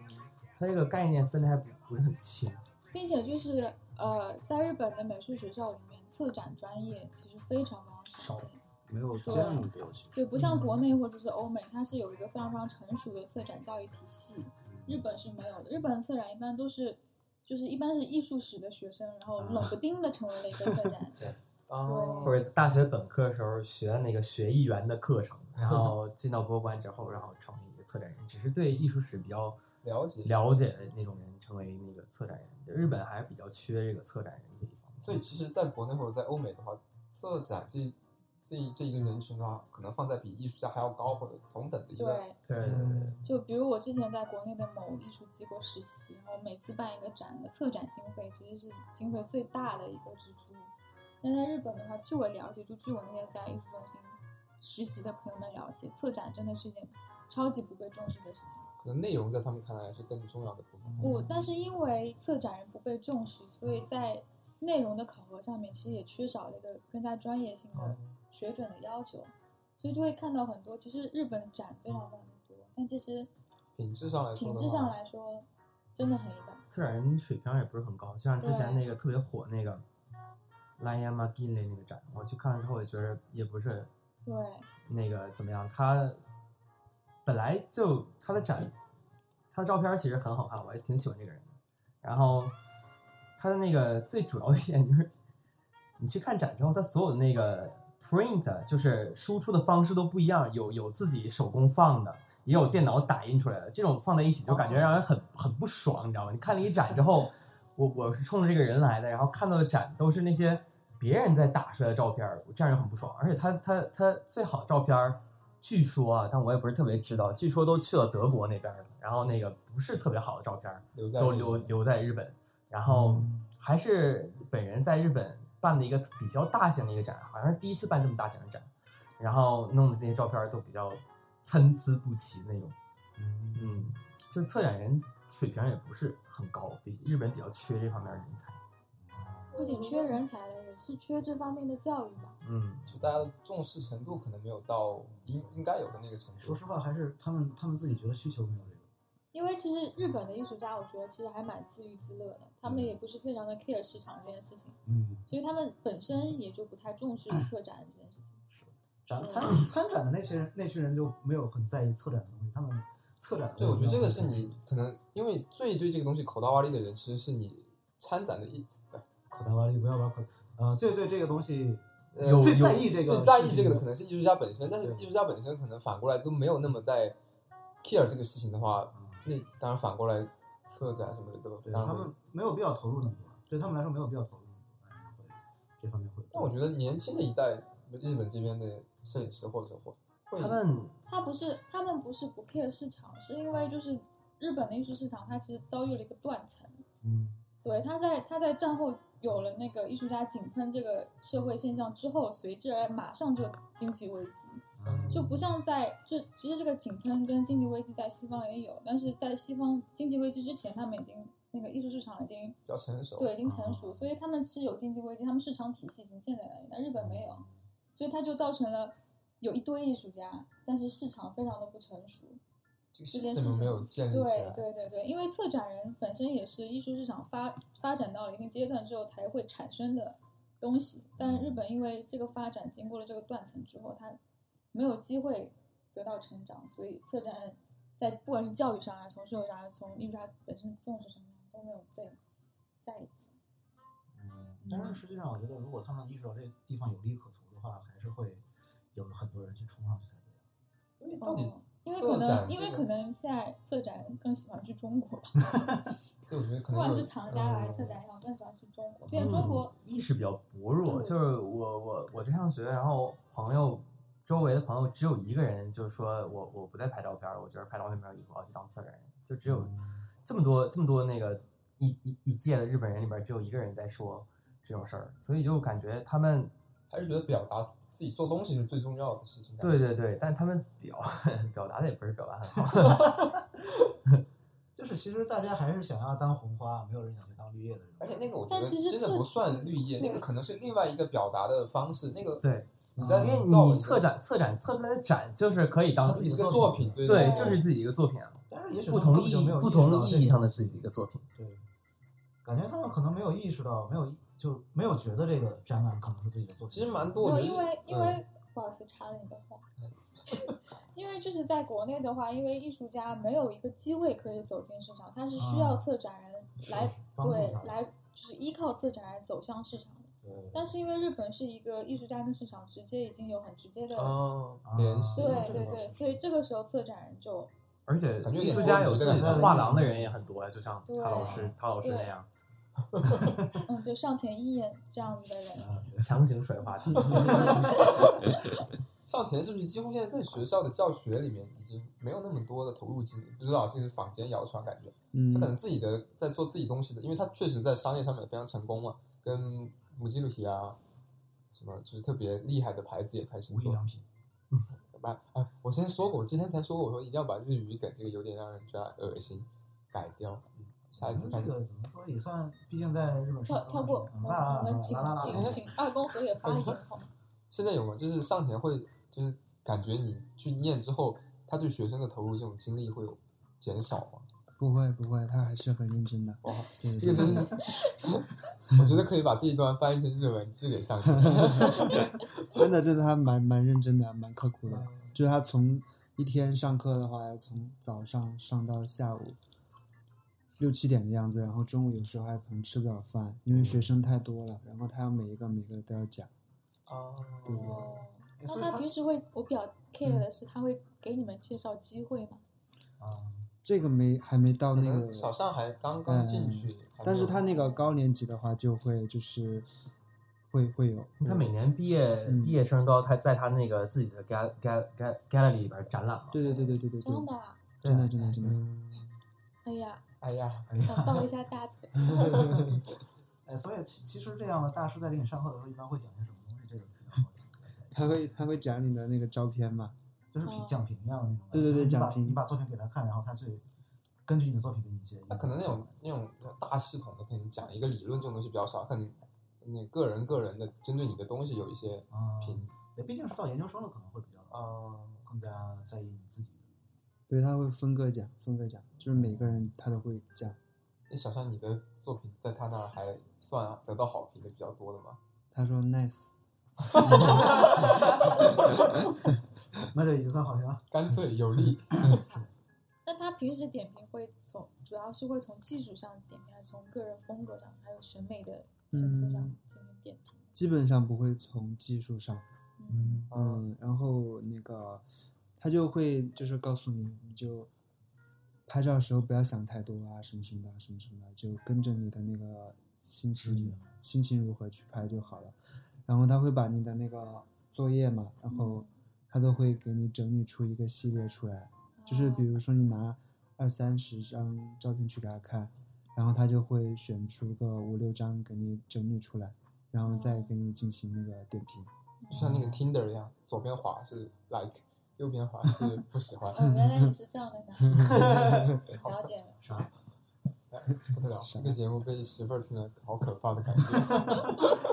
它这个概念分的还不不是很清。
并且就是呃，在日本的美术学校里面，策展专业其实非常非常少见。
没有
对
见过。其实
对，不像国内或者是欧美，它是有一个非常非常成熟的策展教育体系，日本是没有的。日本的策展一般都是，就是一般是艺术史的学生，然后冷不丁的成为了一个策展
对
哦，
或者大学本科的时候学那个学艺员的课程，然后进到博物馆之后，然后成为一个策展人，只是对艺术史比较
了解。
了解的那种人成为那个策展人。日本还是比较缺这个策展人这一方面。
所以其实，在国内或者在欧美的话，策展这这这一个人群的话，可能放在比艺术家还要高或者同等的一个
对，
对对对
就比如我之前在国内的某艺术机构实习，然后每次办一个展的策展经费其实是经费最大的一个支出。但在日本的话，据我了解，就据我那天在艺术中心实习的朋友们了解，策展真的是一件超级不被重视的事情。
可能内容在他们看来是更重要的部分。
不，但是因为策展人不被重视，所以在内容的考核上面，其实也缺少了一个更加专业性
哦
的水准的要求，所以就会看到很多。其实日本展非常非常的多，但其实
品质上来说
品
的
质上
话，
来说真的很一般。
策展人水平也不是很高，就像之前那个特别火那个拉亚马金雷那个展，我去看了之后，我觉得也不是
对
哦
那个怎么样？他本来就他的展，他的照片其实很好看，我也挺喜欢这个人的。然后他的那个最主要的一点就是，你去看展之后，他所有的那个 print 就是输出的方式都不一样，有有自己手工放的，也有电脑打印出来的，这种放在一起就感觉让人很很不爽，你知道吗？你看了一展之后，我我是冲着这个人来的，然后看到的展都是那些别人在打出来的照片儿，我这样就很不爽。而且他他他最好的照片儿，据说啊，但我也不是特别知道，据说都去了德国那边儿了，然后那个不是特别好的照片儿
留在
都
这里
留留在日本，然后还是本人在日本办的一个比较大型的一个展，好像是第一次办这么大型的展，然后弄的那些照片儿都比较参差不齐那种。嗯，就是策展人水平也不是很高，比日本比较缺这方面的人才。
不仅缺人才了，也是缺这方面的教育吧。
嗯，
就大家的重视程度可能没有到应应该有的那个程
说
度。
实话，还是他们他们自己觉得需求没有这个。
因为其实日本的艺术家，我觉得其实还蛮自娱自乐的，他
嗯
们也不是非常的 care 市场这件事情，
嗯，
所以他们本身也就不太重视策展这件事情。
展参参展的那些人那群人就没有很在意策展的东西，他们策展的
对，我
东西
觉得这个
要
是你可能因为最对这个东西口到挖力的人，其实是你参展的一，不
口袋挖力，不要把口呃，对对，这个东西
呃
有
最在意这个
最在意
事
这
情
个的
的
可能是艺术家本身，但是
对
艺术家本身可能反过来都没有那么在 care 这个事情的话，那当然反过来策展什么的都
啊对
当
他
然会。
们没有必要投入那么多，对他们来说没有必要投入那么多，但是会这方面会。
但我觉得年轻的一代，日本这边的摄影师或者说会
他们
他不是他们不是不 care 市场，是因为就是日本的艺术市场，它其实遭遇了一个断层。
嗯，
对，他在他在战后有了那个艺术家井喷这个社会现象之后，随之而来马上就经济危机，
嗯
就不像在就其实这个井喷跟经济危机在西方也有，但是在西方经济危机之前，他们已经那个艺术市场已经
比较成熟。
对已经成熟，所以他们是有经济危机，他们市场体系已经建在那里，但日
嗯
本没有，所以它就造成了有一堆艺术家，但是市场非常的不成熟。
这个
这件
system
事
没有
情
建立起
对
来。
对对对，因为策展人本身也是艺术市场发发展到了一定阶段之后才会产生的东西，但
嗯
日本因为这个发展经过了这个断层之后，它没有机会得到成长，所以策展人在不管是教育上啊，从社会上啊，从艺术家本身重视上面都没有被在意。
嗯，但是实际上，我觉得如果他们意识到这个地方有利可图的话，还是会有很多人去冲上去才对。
因为到底
哦，因为可
策展
能
这
因为
个
可能现在策展人更喜欢去中国 吧，
对，我觉得
不
可能
管
有
是藏家啊还
嗯
是策展人，我更喜欢去中国，毕竟啊中国
嗯意识比较薄弱。
对
就是我我我去上学，然后朋友周围的朋友只有一个人，就是说我我不再拍照片了，我觉得拍照片没有意思，我要去当策展人。就只
嗯
有这么多这么多那个一一一届的日本人里边，只有一个人在说这种事儿，所以就感觉他们
还是觉得表达自己做东西是最重要的事情。
对对对，但他们表 表达的也不是表达很好。
就是其实大家还是想要当红花，没有人想去当绿叶的人。
而且那个我觉
但
得
其实
真的
策
不算绿叶，那
对
个可能是另外一个表达的方式。那个
对，
你在
嗯
因为
造
你
个
策展策展策出来的展就是可以当自己
一
的
个
作
作品，对
对，
对，
就是自己一个作品啊，
但是也许
不
他们
同
根本
意
就没有
不
识到
同意
这个
义上的自己的作品。
对，感觉他们可能没有意识到，没有就没有觉得这个展览可能是自己的作品。
其实蛮
没
多
有，
的。
因为因
嗯
为不好意思插了你的话， 因为就是在国内的话，因为艺术家没有一个机会可以走进市场，他是需
啊
要策展人
是
来
帮助
对
他
来就是依靠策展人走向市场的。
对
但是因为日本是一个艺术家跟市场直接已经有很直接的
哦
啊，
联系
对对
这
对，
种
所以这个时候策展人就
而且
感觉有
艺
点
术家
脱
有
离
自
了
己的
那
画
个
廊的人也很多呀，就像
对
他老师、他老师那
对
样
嗯对上田一眼这样子的人，
嗯
强行甩话题。
上田是不是几乎现在在学校的教学里面已经没有那么多的投入精力？不知道这是坊间谣传，感觉他可能
嗯，
自己的在做自己东西的，因为他确实在商业上面非常成功嘛，跟母鸡露体啊，什么就是特别厉害的牌子也开始
无印
做。
良品。
把哎，我之前说过，我今天才说过，我说一定要把日语梗这个有点让人觉得恶心改掉。嗯，下一次
这
看。
个怎么说也算，毕竟在日本
跳跳
哦
过，我们
啊
我们请请请二宫和也发言好 吗？
现在有吗？就是上田会，就是感觉你去念之后，他对学生的投入这种精力会有减少吗？
不会不会，他还是很认真的。
哇，
嗯
对
这个
对
真
对，
是， 我觉得可以把这一段翻译成日文寄给 上田。
真的真的，他蛮蛮认真的，蛮刻苦的。就是他从一天上课的话，要从早上上到下午六七点的样子，然后中午有时候还可能吃不了饭，因为学生太多了，然后他要每一个每个都要讲。
哦，
哦，
所以
那
嗯
他平时会我比较 care 的是他会给你们介绍机会吗？
啊，
这个没还没到
可
那
能
个，嗯
小上海刚刚进去，还没有
但是他那个高年级的话就会就是会会有，
他每年毕业
嗯
毕业生都要他在他那个自己的 gal gal gal gallery 里边展览嘛。
对对对对对对
这
对
样，的啊，
真的真的真的，
哎呀，
嗯哎呀，
想抱一下大腿。
哎，所以其其实这样的大师在给你上课的时候，一般会讲些什么东西？这个比较好奇。
他会他会讲你的那个照片嘛，
就是
哦
评讲评一样的那种感觉。
对对对
你把
讲评
你把作品给他看，然后他去根据你的作品给你一些意见。
啊他可能那种那种大系统的，可能讲一个理论这种东西比较少，可能你个人个人的针对你的东西有一些
啊，
评
对毕竟是到研究生了，可能会比较
啊。
更加在意你自己的。
对，他会分个讲分个讲，就是每个人他都会讲。
那哎小上，你的作品在他那儿还算得到好评的比较多的吗？
他说 nice，
那就已经算好评了。
干脆有 力。
那他平时点评会从主要是会从技术上点评，还是从个人风格上，还有审美的层次上进行点评？
基本上不会从技术上，
嗯，
嗯，然后那个他就会就是告诉你，你就拍照的时候不要想太多啊，什么什么的，什么什么的，就跟着你的那个心情心情如何去拍就好了。然后他会把你的那个作业嘛，然后他都会给你整理出一个系列出来，就是比如说你拿二三十张照片去给他看，然后他就会选出个五六张给你整理出来，然后再给你进行那个点评。
就像那个 Tinder 一样，左边滑是 like，右边滑是不喜 欢，
哦，原来你是这样的男 的，了解了。
啥？
不得了，这个节目被媳妇儿听了，好可怕的感觉。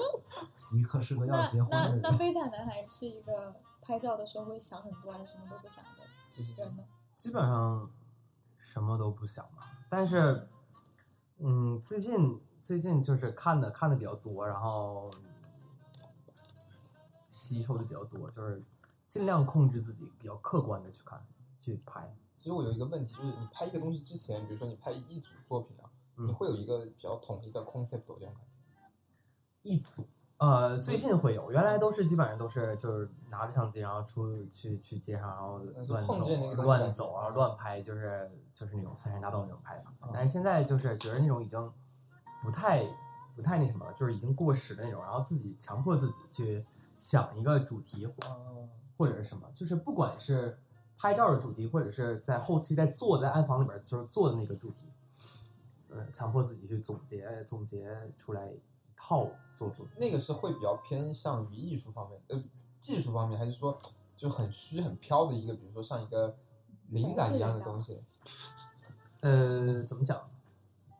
你可是个要
那
结婚
那
的
那
人，
悲惨男孩是一个拍照的时候会想很多，还是什么都不想的
就是
人呢？
基本上什么都不想吧。但是，嗯，最近最近就是看的看的比较多，然后吸收的比较多，就是尽量控制自己，比较客观的去看去拍。
其实我有一个问题，就是你拍一个东西之前，比如说你拍一组作品啊，
嗯
你会有一个比较统一的 concept 这种感觉。
一组。呃，
嗯
最近会有，原来都是基本上都是就是拿着相机，然后出去去街上，然后乱
呃碰
走
见那个东西
乱走啊，乱拍，就是就是那种三山大道那种拍法
嗯。
但是现在就是觉得那种已经不太不太那什么了，就是已经过时的那种，然后自己强迫自己去想一个主题或
哦，
或者是什么，就是不管是拍照的主题，或者是在后期在做在暗房里边就是做的那个主题，呃，强迫自己去总结总结出来一套作品。
那个是会比较偏向于艺术方面，呃，技术方面，还是说就很虚很飘的一个，比如说像一个灵感一样的东西，
呃，怎么讲？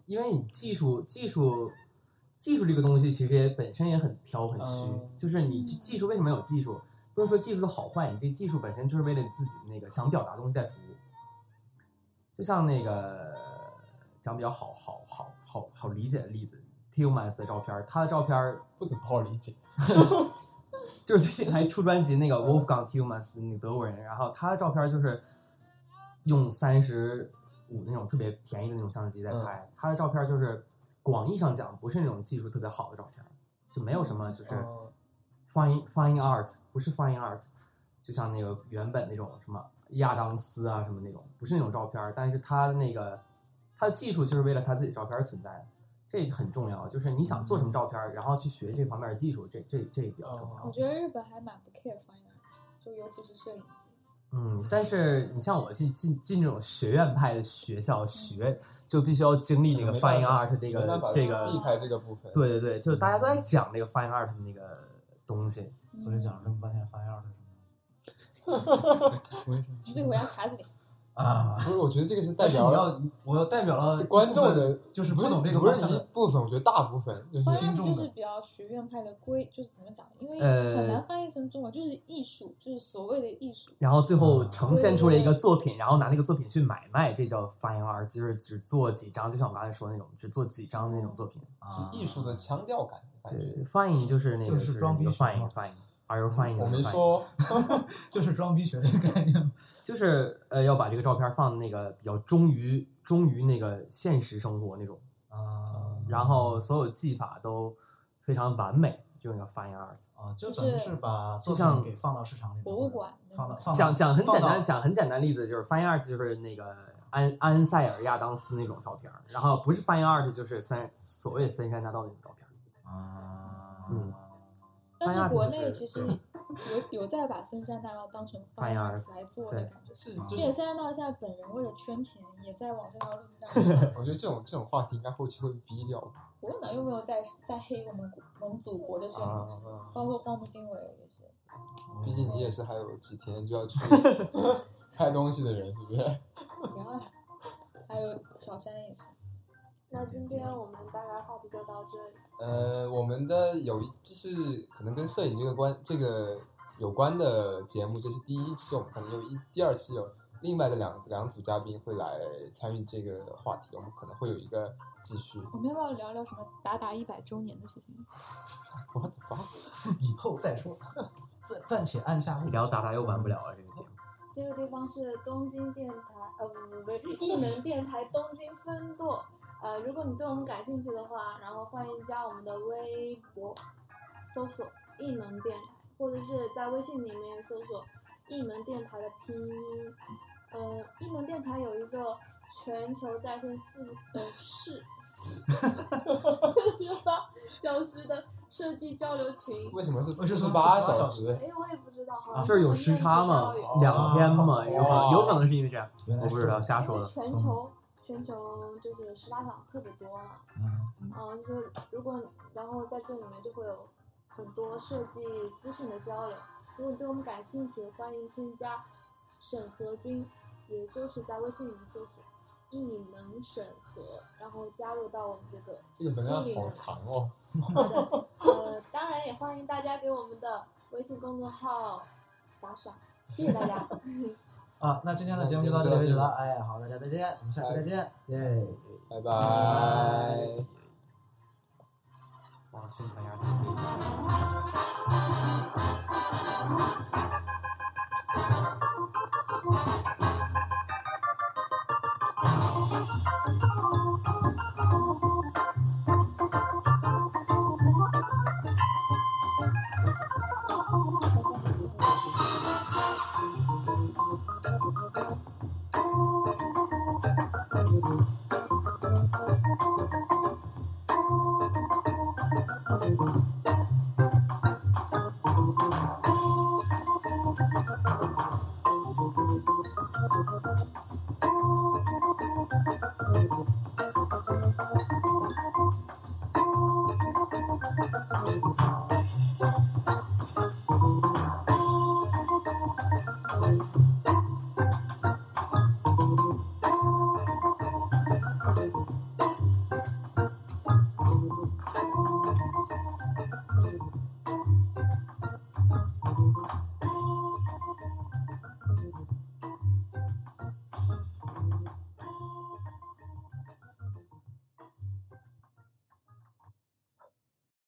因为你技术技术技术这个东西，其实也本身也很飘很虚，
嗯
就是你技技术为什么有技术？不用说技术的好坏，你这技术本身就是为了你自己那个想表达的东西在服务。就像那个讲比较好好好好好理解的例子 t i l m a s 的照片儿，他的照片儿
不怎么好理解。
就是最近还出专辑那个 Wolfgang Tillmans 那个德国人，然后他的照片就是用三十五那种特别便宜的那种相机在拍，他的照片就是广义上讲不是那种技术特别好的照片，就没有什么就是
哦
fine fine art，不是 fine art，就像那个原本那种什么亚当斯啊什么那种，不是那种照片，但是他的那个他的技术就是为了他自己照片存在的。这很重要，就是你想做什么照片，然后去学这方面的技术，这这这比较重要。
我觉得日本还蛮不 care fine arts，就尤其是摄影界。
嗯，但是你像我进进进这种学院派的学校学，就必须要经历那个
没办
fine
法
art 这
没办法嗯
个这
避
个，
开这个部分。，
对对对，就是大家都在讲这个 fine art 的那个东西。
嗯
所以讲了这么半天发样的什么
你自己回家查自己。
啊？
不是，我觉得这个是代
但是你
表了
要，我代表了
观众的
一部分就是不
不
懂这个
不
方
是
向
一
的，
部分，我觉得大部分就是
fine
轻
arts
重
就
的
是比较学院派的规，就是怎么讲？因为
呃
很难翻译成中文，就是艺术，就是所谓的艺术。
然后最
嗯
后呈现出了一个作品，然后拿那个作品去买卖，这叫 fine art，就是只做几张，就像我刚才说的那种，只做几张那种作品。
啊
艺术的腔调感。感觉
对，fine 就是那个
就是装逼
那个
学嘛
fine fine。Are you fine？
嗯我没说，
就是装逼学这个概念。
就是呃，要把这个照片放那个比较忠于忠于那个现实生活那种。
啊，
嗯
然后所有技法都非常完美，就那个 fine art。
啊，就
就是
等于是把作
就像
品给放到市场里面，
博物馆
放到放到
讲讲很简
放
单，
到
讲很简单例子就是 fine art 就是那个安安塞尔亚当斯那种照片儿，然后不是 fine art 就是三所谓森山大道那种照片儿。
啊，
嗯
但是
fine art
国
就是
内其实 有有在把森山大道当成
fine
fine
art，
arts 来做的
对
感觉。
是
嗯
就
而
是
且，森山大道现在本人为了圈钱，也在往这条路上。
我觉得这种这种话题应该后期会逼掉吧。
国民党又没有在在黑我们国我们祖国的摄影
哦
师，
啊
包括荒木经惟也是。
毕竟你也是还有几天就要 去拍东西的人，是不是？
然后还有小山也是，
那今天我们大概话题就到这里。
呃，我们的有一就是可能跟摄影这个关这个有关的节目，这是第一期，我们可能有一第二期有另外的两两组嘉宾会来参与这个话题，我们可能会有一个继续。
我们要不要聊聊什么达达一百周年的事情？
我的妈！
以后再说， 暂暂且按下不表。
聊达达又完不了啊，这个节目。
这个地方是东京电台，呃，不不不，艺能电台东京分舵。呃，如果你对我们感兴趣的话，然后欢迎加我们的微博、搜索“异能电台”，或者是在微信里面搜索“异能电台”的拼音。呃，异能电台有一个全球在线四呃四 四十八小时的设计交流群。
为什么是
为什
四
么
十八
48
小
小
时？
哎，我也不知道，好
啊
像
这儿有时差吗
好像？
哦
两天吗？有可能，有可能是因为这样，
原来
我不知道，瞎
因
说
为
的。
全球全球就是十八场特别多嘛，
嗯，
嗯，就是如果然后在这里面就会有很多设计资讯的交流。如果你对我们感兴趣，欢迎添加审核君，也就是在微信里面搜索“异能审核”，然后加入到我们这个
这个文案好长哦。
对，呃，当然也欢迎大家给我们的微信公众号打赏，谢谢大家。
啊，那今天的节目就到这里为止了。哎，好，大家再见，我们下期再见，耶。拜
拜拜。
我要宣传一下自己。